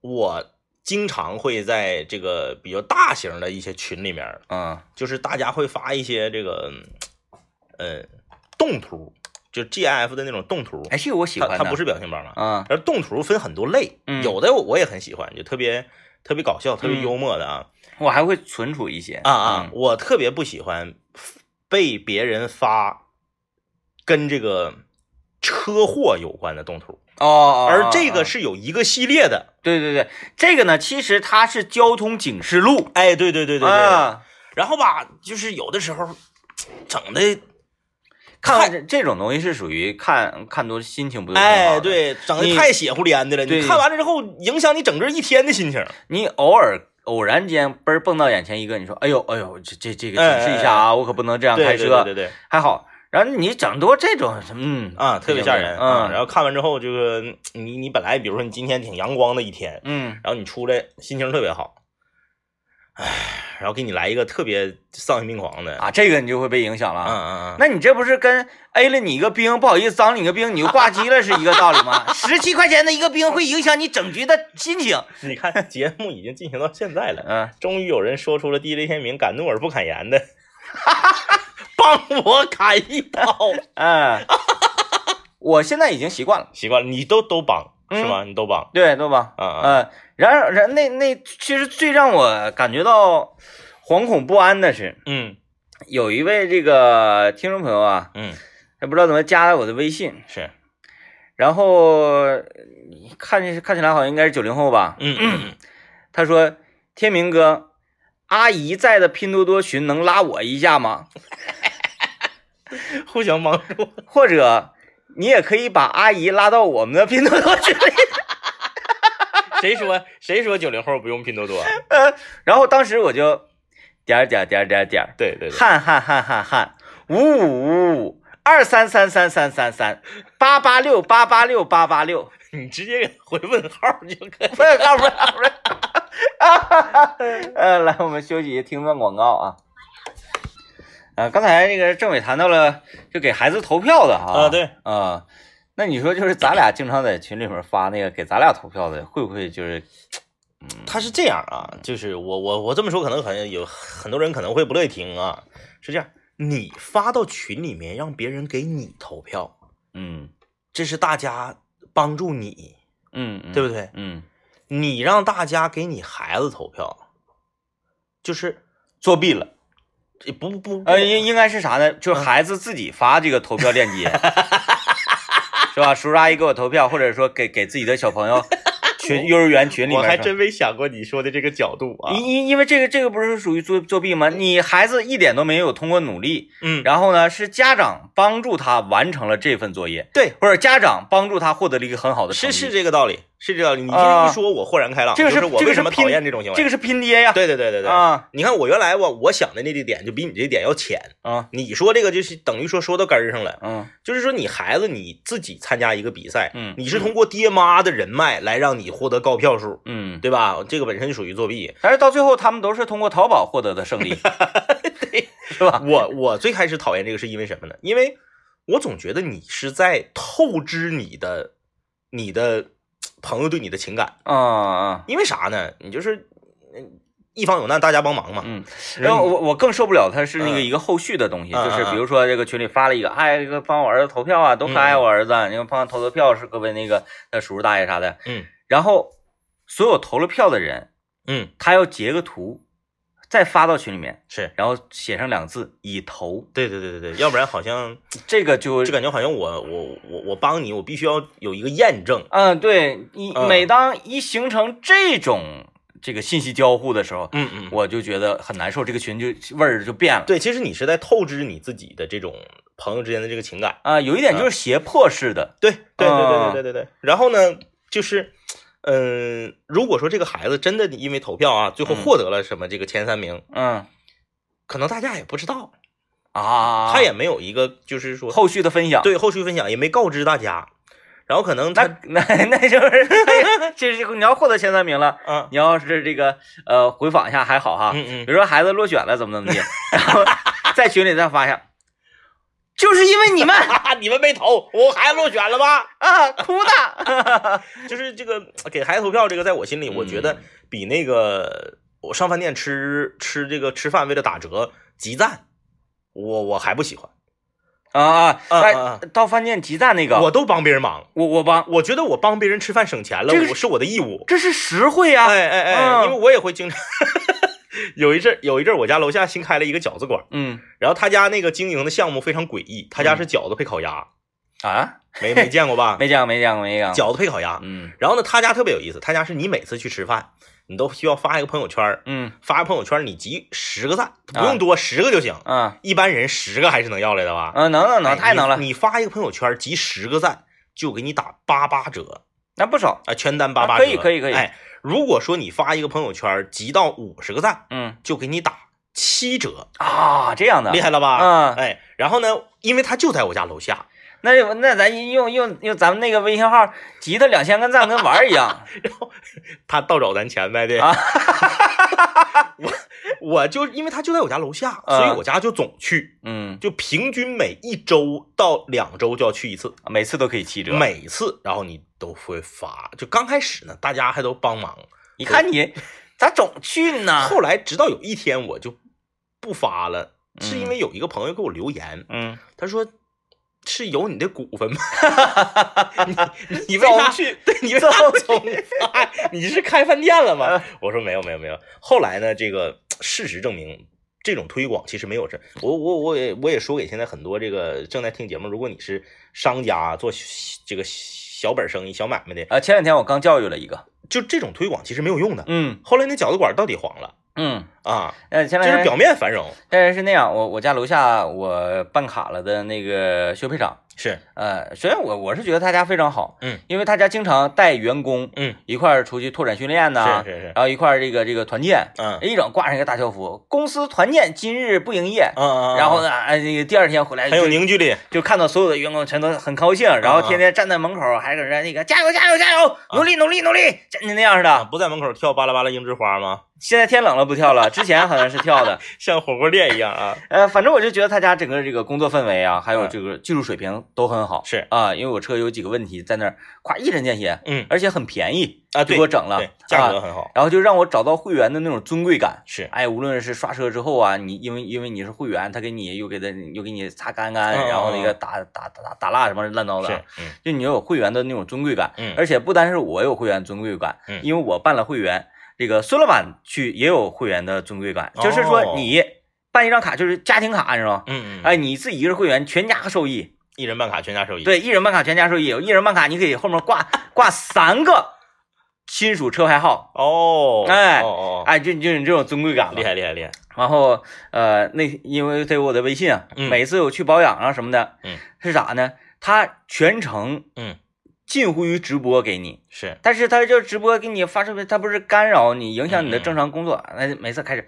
我经常会在这个比较大型的一些群里面，
嗯
就是大家会发一些这个，呃，动图，就 GIF 的那种动图，
哎，这个我喜
它
欢
它不
是
是表情包嘛，
啊
而动图分很多类，
嗯
有的我也很喜欢，就特别特别搞笑、特别幽默的啊、
我还会存储一些
啊啊！
嗯
我特别不喜欢被别人发跟这个车祸有关的动图，
哦哦，
而这
哦
个
哦
是有一个系列的。
对对对，这个呢其实它是交通警示录，
哎，对对对对对。
啊，
然后吧，就是有的时候整的，
看完这这种东西是属于看看多心情不对，
哎，，对，整的
你
太血乎连的了。你
对
看完了之后，影响你整个一天的心情。
你偶尔偶然间嘣儿蹦到眼前一个，你说哎呦哎呦，这这这个
哎
警示一下啊，我可不能这样
对
开
对
车，啊
对对对。
还好。然后你整多这种，嗯
啊，特别吓人啊！
嗯，
然后看完之后，这个嗯你你本来比如说你今天挺阳光的一天，
嗯
然后你出来心情特别好，唉，然后给你来一个特别丧心病狂的，
啊，这个你就会被影响了。啊
嗯嗯嗯，
那你这不是跟 A 了你一个兵，不好意思脏你一个兵，你就挂机了是一个道理
(laughs)
吗？十七块钱的一个兵会影响你整局的心情。
你看节目已经进行到现在了，
嗯，
终于有人说出了地雷天明敢怒而不敢言的，帮我砍一刀， (laughs)
哎，我现在已经习惯了，
习惯了，你都都帮是吗？你都帮，
对对吧？
啊啊
呃，然而然那那其实最让我感觉到惶恐不安的是，
嗯
有一位这个听众朋友啊，
嗯，
也不知道怎么加了我的微信，
是，
然后呃你看看起来好像应该是九零后吧？
嗯嗯
他说：“天明哥，阿姨在的拼多多群能拉我一下吗？ (laughs)
嗯，互相帮助。
或者你也可以把阿姨拉到我们的拼多多群里。 (laughs)
谁说谁说九零后不用拼多多啊？”
然后当时我就点儿点儿点儿点儿点儿，
对对对，
汗汗汗汗汗，五五五五二三三三三三三八八六八八六八八六，
你直接给他回问号就可以。
不是告诉不是不 (laughs) 是，呃，来，我们休息一下，听段广告啊。呃，刚才这个政委谈到了就给孩子投票的哈，
啊对
啊、那你说就是咱俩经常在群里面发那个给咱俩投票的，会不会就是
他是这样啊，就是我我我这么说可能很有很多人可能会不乐意听啊，是这样，你发到群里面让别人给你投票，
嗯
这是大家帮助你，
嗯，嗯
对不对？
嗯，
你让大家给你孩子投票，就是作弊了，这不不不
呃，应应该是啥呢？就是孩子自己发这个投票链
(laughs)
接，是吧？叔叔阿姨给我投票，或者说给给自己的小朋友群幼儿园群里
我
面
还
是吧
真没想过你说的这个角度啊。
因因因为这个这个不是属于作作弊吗？你孩子一点都没有通过努力，
嗯，
然后呢是家长帮助他完成了这份作业，
对，
或者家长帮助他获得了一个很好的成
是
绩。
是这个道理，是这个道理。你这
啊
一说，我豁然开朗，
这个
就是
是
我
这个
为
是
什么
拼
讨厌这种行为。
这个是拼爹呀！
对对对对对
啊！
你看我原来我我想的那个点就比你这点要浅。
啊
你说这个就是等于说说到根儿上了，
嗯
就是说你孩子你自己参加一个比赛，
嗯
你是通过爹妈的人脉来让你获得高票数，
嗯，
对吧？这个本身就属于作弊。
但是到最后他们都是通过淘宝获得的胜
(laughs)
利，是吧？
啊我我最开始讨厌这个是因为什么呢？因为我总觉得你是在透支你的你的朋友对你的情感，
啊啊
因为啥呢？你就是嗯一方有难大家帮忙嘛。
嗯。然后我我更受不了他是那个
嗯
一个后续的东西，
嗯
就是
嗯嗯
比如说这个群里发了一个，哎，这个帮我儿子投票啊，都很爱
嗯嗯
我儿子啊，你们帮他投投票是各位那个呃叔叔大爷啥的，
嗯
然后所有投了票的人，
嗯，
他要截个图，再发到群里面，
是
然后写上两个字“已投
对对对对对，要不然好像”，
这个就
就感觉好像我我我我帮你，我必须要有一个验证。
嗯，对你
嗯
每当一形成这种这个信息交互的时候，
嗯嗯，
我就觉得很难受，这个群就味儿就变了。
对，其实你是在透支你自己的这种朋友之间的这个情感。
啊，有一点就是胁迫式的，
对对对
啊
对对对对对。然后呢，就是，嗯、如果说这个孩子真的因为投票啊，最后
嗯
获得了什么这个前三名，
嗯
可能大家也不知道，
啊，
他也没有一个就是说
后续的分享，
对后续分享也没告知大家，然后可能
那
他
那 (laughs) 那就是，哎呀这是你要获得前三名了，
啊，
你要是这个呃回访一下还好哈，
嗯嗯
比如说孩子落选了怎么怎么地，然后 (laughs) 在群里再发一下，就是因为你
(laughs)
们
啊， (laughs) 你们没投，我孩子落选了吧？
啊哭的，
就是这个给孩子投票，这个在我心里，我觉
嗯
得比那个我上饭店吃吃这个吃饭为了打折集赞，我我还不喜欢，
啊啊，
啊
哎
啊
到饭店集赞那个，
我都帮别人忙，
我我帮，
我觉得我帮别人吃饭省钱了，
这个是
我是我的义务。
这是实惠呀、
哎哎
嗯
哎，因为我也会经常。 (laughs) 有一阵儿有一阵儿我家楼下新开了一个饺子馆儿，
嗯
然后他家那个经营的项目非常诡异，他家是饺子配烤鸭，
啊， (laughs)
没没见过吧？
嗯没讲没讲没讲，
饺子配烤鸭。
嗯
然后呢，他家特别有意思，他家是你每次去吃饭，你都需要发一个朋友圈儿，
嗯
发朋友圈你集十个赞，不
啊
用多，十个就行。
啊
一般人十个还是能要来的吧？
啊能能能
哎
太能了
你！，你发一个朋友圈集十个赞，就给你打八八折
那不少，
啊，全单八八
啊
折。
可以可以可以
哎，如果说你发一个朋友圈集到五十个赞，
嗯
就给你打七折，
啊这样的
厉害了吧？
嗯
哎，然后呢，因为他就在我家楼下，
那就那咱用用用咱们那个微信号集他两千个赞，跟玩儿一样
他倒找咱钱呗对。
啊
(laughs) 我我就因为他就在我家楼下，
嗯
所以我家就总去，
嗯，
就平均每一周到两周就要去一次。
每次都可以七折。
每次，然后你都会发。就刚开始呢，大家还都帮忙，
你看你，咋总去呢？
后来直到有一天我就不发了，是因
嗯
为有一个朋友给我留言，
嗯，
他说。是有你的股份
(laughs)
吗？你你为
总
啥
去？嗯
对你为啥
总
总发？你是开饭店了吗？我说没有没有没有。后来呢，这个事实证明，这种推广其实没有这。我我我也我也说给现在很多这个正在听节目，如果你是商家做这个小本生意、小买卖的，
啊，前两天我刚教育了一个，
就这种推广其实没有用的。
嗯
后来那饺子馆到底黄了
嗯，
啊，
呃，前
就
两
是
天
表面繁荣，
但是那样，我我家楼下我办卡了的那个修配厂，
是，
呃，首先我我是觉得他家非常好，
嗯，
因为他家经常带员工
嗯，
一块儿出去拓展训练呐、
是是是
然，后一块儿这个这个团建，
嗯
一整挂上一个大校服，公司团建今日不营业，
嗯，
然后呢，哎，那个第二天回来
很有嗯
就
凝聚力，
就看到所有的员工全都很高兴，然后天天站在门口还搁那那个加油加油加油，
嗯
努力努力努力，真的那样似
啊，
的。
不在门口跳巴拉巴拉樱之花吗？
现在天冷了不跳了，之前好像是跳
(laughs)
的，
像火锅店一样啊，
呃，反正我就觉得他家整个这个工作氛围啊，还有
嗯
这个技术水平都很好
是，
啊，因为我车有几个问题在那儿，夸一针见血，
嗯
而且很便宜，
啊，
就
对
给，我整了
对，，价格
啊，
很好，
然后就让我找到会员的那种尊贵感。
是，
哎，无论是刷车之后啊，你因为因为你是会员，他给你又给他又给你擦干干，
嗯嗯
然后那个
嗯
打打打打蜡什么乱糟的啊
是，，嗯
就你有会员的那种尊贵感，
嗯
而且不单是我有会员尊贵感，
嗯
因为我办了会员，这个孙老板去也有会员的尊贵感，
哦
就是说你办一张卡就是家庭卡，你知道吗？
嗯嗯，
哎，，你自己一个人会员，全家受益。
一人办卡全家受益，，
对，一人办卡全家受益，有一人办卡你可以后面挂挂三个亲属车牌号，
哦，
哎
哦哦，
哎，就就你这种尊贵感嘛
厉。害厉害厉害，
然后呃，那因为得有我的微信啊，
嗯
每次我去保养啊什么的，
嗯，
是啥呢？他全程
嗯，
近乎于直播给你，
是，
但是他就直播给你发视频，他不是干扰你，影响你的
嗯嗯
正常工作。那、每次开始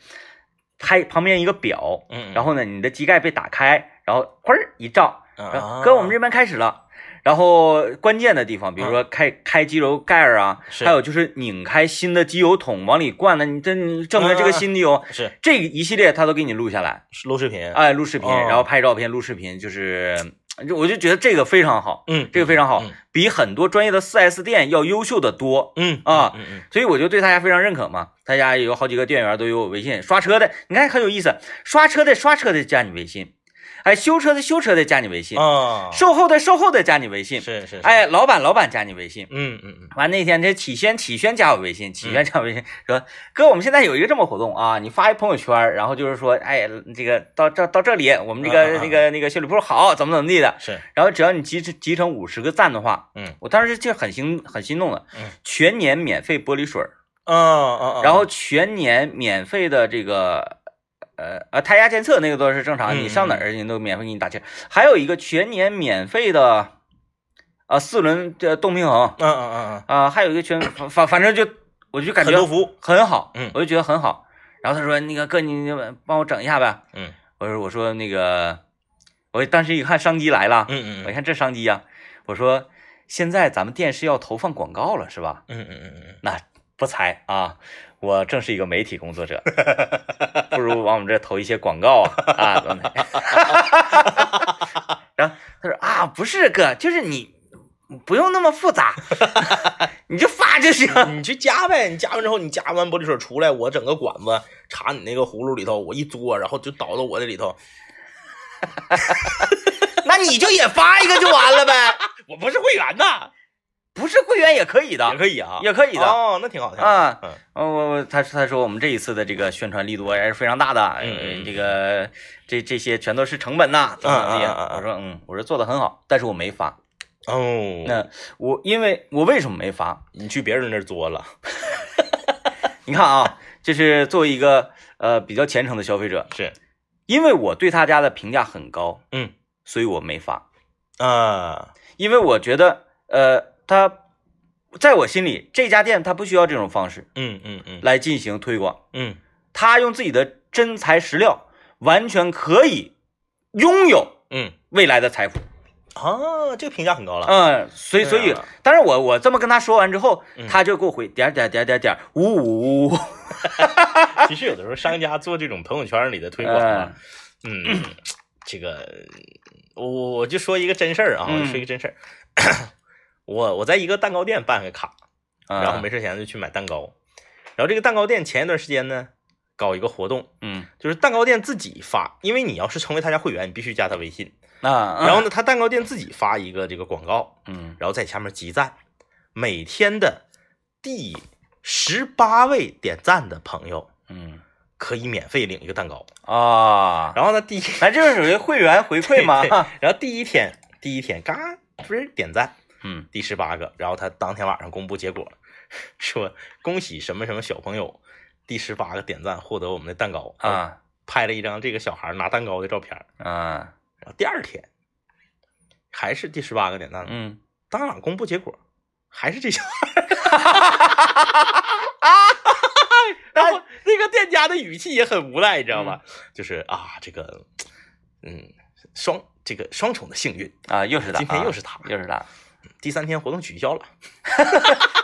拍旁边一个表，
嗯，
然后呢，你的机盖被打开，然后哗儿一照，然后
后
哥，我们这边开始了。然后关键的地方，比如说开、开机油盖儿啊，
啊是
还有就是拧开新的机油桶往里灌的，你这你证明这个
嗯嗯嗯
新机油，
这是
这一系列他都给你录下来，
是录视频，
哎，录视频，
哦
然后拍照片，录视频，就是就我就觉得这个非常好，
嗯，
这个非常好
嗯，
比很多专业的 4S 店要优秀的多。
嗯
啊
嗯嗯
所以我就对他家非常认可嘛。他家有好几个店员都有我微信，刷车的，你看很有意思，刷车的刷车的加你微信，哎，修车的修车的加你微信，
啊，嗯
售后的售后的加你微信，
是是，，
哎，老板老板加你微信。
嗯嗯嗯，
完那天这启轩启轩加我微信，启轩加我微信、说哥，我们现在有一个这么活动啊，你发一朋友圈，然后就是说，哎，这个到这到这里，我们这个、
啊啊啊
那个那个修理铺好，怎么怎么地的，
是，
然后只要你集成集成五十个赞的话，
嗯，
我当时就很心很心动了，
嗯
全年免费玻璃水儿。
啊啊啊，
然后全年免费的这个，呃呃，胎压监测那个都是正常，
嗯
你上哪儿人家都免费给你打气儿。还有一个全年免费的，啊，四轮的动平衡
嗯嗯嗯
啊，还有一个全反反反正就我就感
嗯，很
觉
多服务，
很好，
嗯
我就觉得很好。然后他说那个哥，你帮我整一下呗。
嗯
我说我说那个，我当时一看商机来了，
嗯嗯
我一
嗯
看这商机呀、我说现在咱们电视要投放广告了是吧？
嗯嗯嗯，
那不才啊，我正是一个媒体工作
(laughs)
者，不如往我们这投一些广告啊啊！等等 (laughs) 然后他说啊，不是哥，就是你不用那么复杂， (laughs) 你就发就行。
嗯你去加呗，你加完之后，你加完玻璃水出来，我整个管子插你那个葫芦里头，我一嘬，啊然后就倒到我这里头。
那你就也发一个就完了呗，
(laughs) 我不是会员呐，
不是会员也可以
也
的，
可以啊，
也可以的。
哦，那挺好，挺好。
啊
嗯，
我我他说他说我们这一次的这个宣传力度还是非常大的，
嗯
呃
嗯
这个这这些全都是成本呐，怎么怎么
嗯嗯嗯
地？
嗯
我说嗯，我说做的很好，但是我没发，
哦，
那我因为我为什么没发？
你去别人那儿嘬了，
你看啊，这是作为一个呃比较虔诚的消费者，
是，
因为我对他家的评价很高，
嗯
所以我没发，
啊，
因为我觉得呃他在我心里这家店他不需要这种方式
嗯嗯嗯
来进行推广，
嗯，
他用自己的真材实料完全可以拥有
嗯
未来的财富。
啊，这个评价很高了。
嗯，所以所
对
以
啊，
但是我我这么跟他说完之后，
嗯
他就给我回点儿点儿点儿点儿点儿五五五五，
啊其实有的时候商家做这种朋友圈里的推广
呃
啊，嗯，这个我我就说一个真事儿啊，
嗯
我说一个真事儿， (coughs) 我我在一个蛋糕店办个卡，
嗯
啊然后没事闲就去买蛋糕，然后这个蛋糕店前一段时间呢搞一个活动，
嗯
就是蛋糕店自己发，因为你要是成为他家会员，你必须加他微信，
啊，嗯
然后呢他蛋糕店自己发一个这个广告，
嗯
然后在下面集赞，每天的第十八位点赞的朋友。
嗯
可以免费领一个蛋糕。
啊，
然后呢，第一，
咱这是属于会员回馈
对对
嘛？
然后第一天，第一天，嘎，不是点赞，
嗯
第十八个，然后他当天晚上公布结果， (laughs) 说恭喜什么什么小朋友第十八个点赞获得我们的蛋糕，
啊
拍了一张这个小孩拿蛋糕的照片儿。
啊
然后第二天还是第十八个点赞，
嗯，
当晚公布结果还是这小孩。 (laughs) 然后那个店家的语气也很无奈，你知道吗？就是啊，这个，嗯，双这个双重的幸运，
啊，又是他，
今天又
啊
是他
又是他，
第三天活动取消了。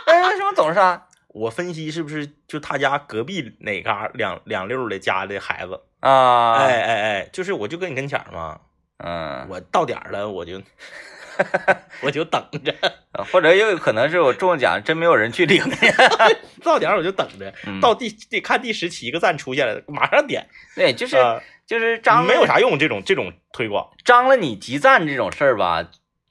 哎，为什么总是他
我分析是不是就他家隔壁哪嘎两两溜儿的家的孩子？
啊？
哎，哎哎，就是我就跟你跟前儿嘛，
嗯，
我到点儿了
(laughs)
我就我就等着，
呃或者也有可能是我中奖，真没有人去
(laughs)
领。
到点儿我就等着，
嗯
到第第看第十七个赞出现了，马上点，
对，就是
啊
就是张
没有
了
啥用，这种这种推广，
(laughs) 张了你集赞这种事儿吧，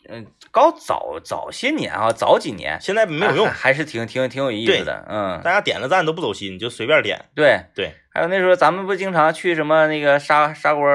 嗯，高早早些年啊，早几年啊
现在没有用
还，还是挺挺挺有意思的，嗯，
大家点了赞都不走心，你就随便点，
对。
对，
还有那时候咱们不经常去什么那个砂砂锅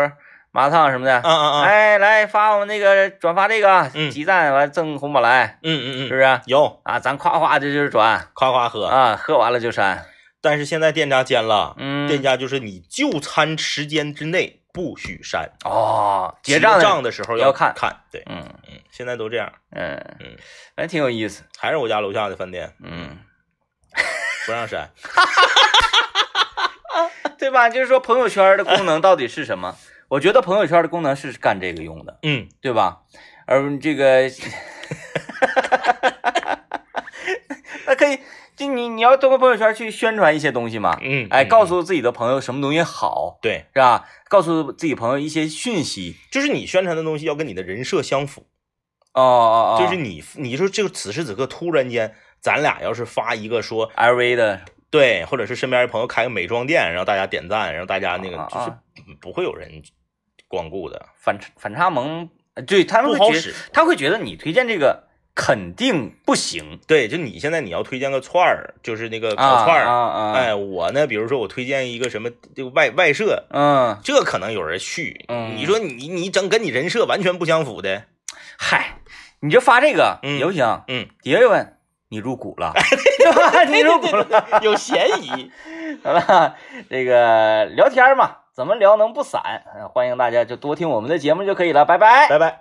麻辣烫什么的，
啊啊啊，
哎，来发我们那个转发这个
嗯
集赞，完赠红宝来，
嗯嗯
是不是
嗯，
啊？
有
咱夸夸这就是转
夸夸喝，
啊，喝完了就删，
但是现在店家奸了，
嗯，
店家就是你就餐时间之内不许删，
哦，结
账
账的
的时候
要看
看看，对，
嗯
嗯，现在都这样。
嗯
嗯，
哎，挺有意思，
还是我家楼下的饭店
嗯， (laughs)
不让删。
对吧？就是说朋友圈的功能到底是什
(laughs)
么？我觉得朋友圈的功能是干这个用的，
嗯，
对吧？而这个， (laughs) 那可以，就你你要通过朋友圈去宣传一些东西嘛，
嗯
哎，
嗯
告诉自己的朋友什么东西好，
对，
是吧？告诉自己朋友一些讯息。
就是你宣传的东西要跟你的人设相符，
哦哦哦，
就是你，你说就此时此刻突然间，咱俩要是发一个说
LV 的
对，或者是身边的朋友开个美妆店，然后大家点赞，然后大家那个
啊啊啊
就是不会有人光顾的，
反反差萌，呃对他们
不
会
好
觉
使。
他会觉得你推荐这个肯定不行
对，就你现在你要推荐个串儿，就是那个
啊
烤串
啊
儿，
啊，
哎，我呢，比如说我推荐一个什么这个外外设。
嗯，
这可能有人去，
嗯
你说你你整跟你人设完全不相符的，
嗨，你就发这个
嗯
也不行，
嗯，
底下有人你入股
(laughs)
了，对吧？你入股了，
(laughs) 有嫌疑。
好了，这个聊天嘛，怎么聊能不散？呃欢迎大家就多听我们的节目就可以了，拜拜。
拜拜。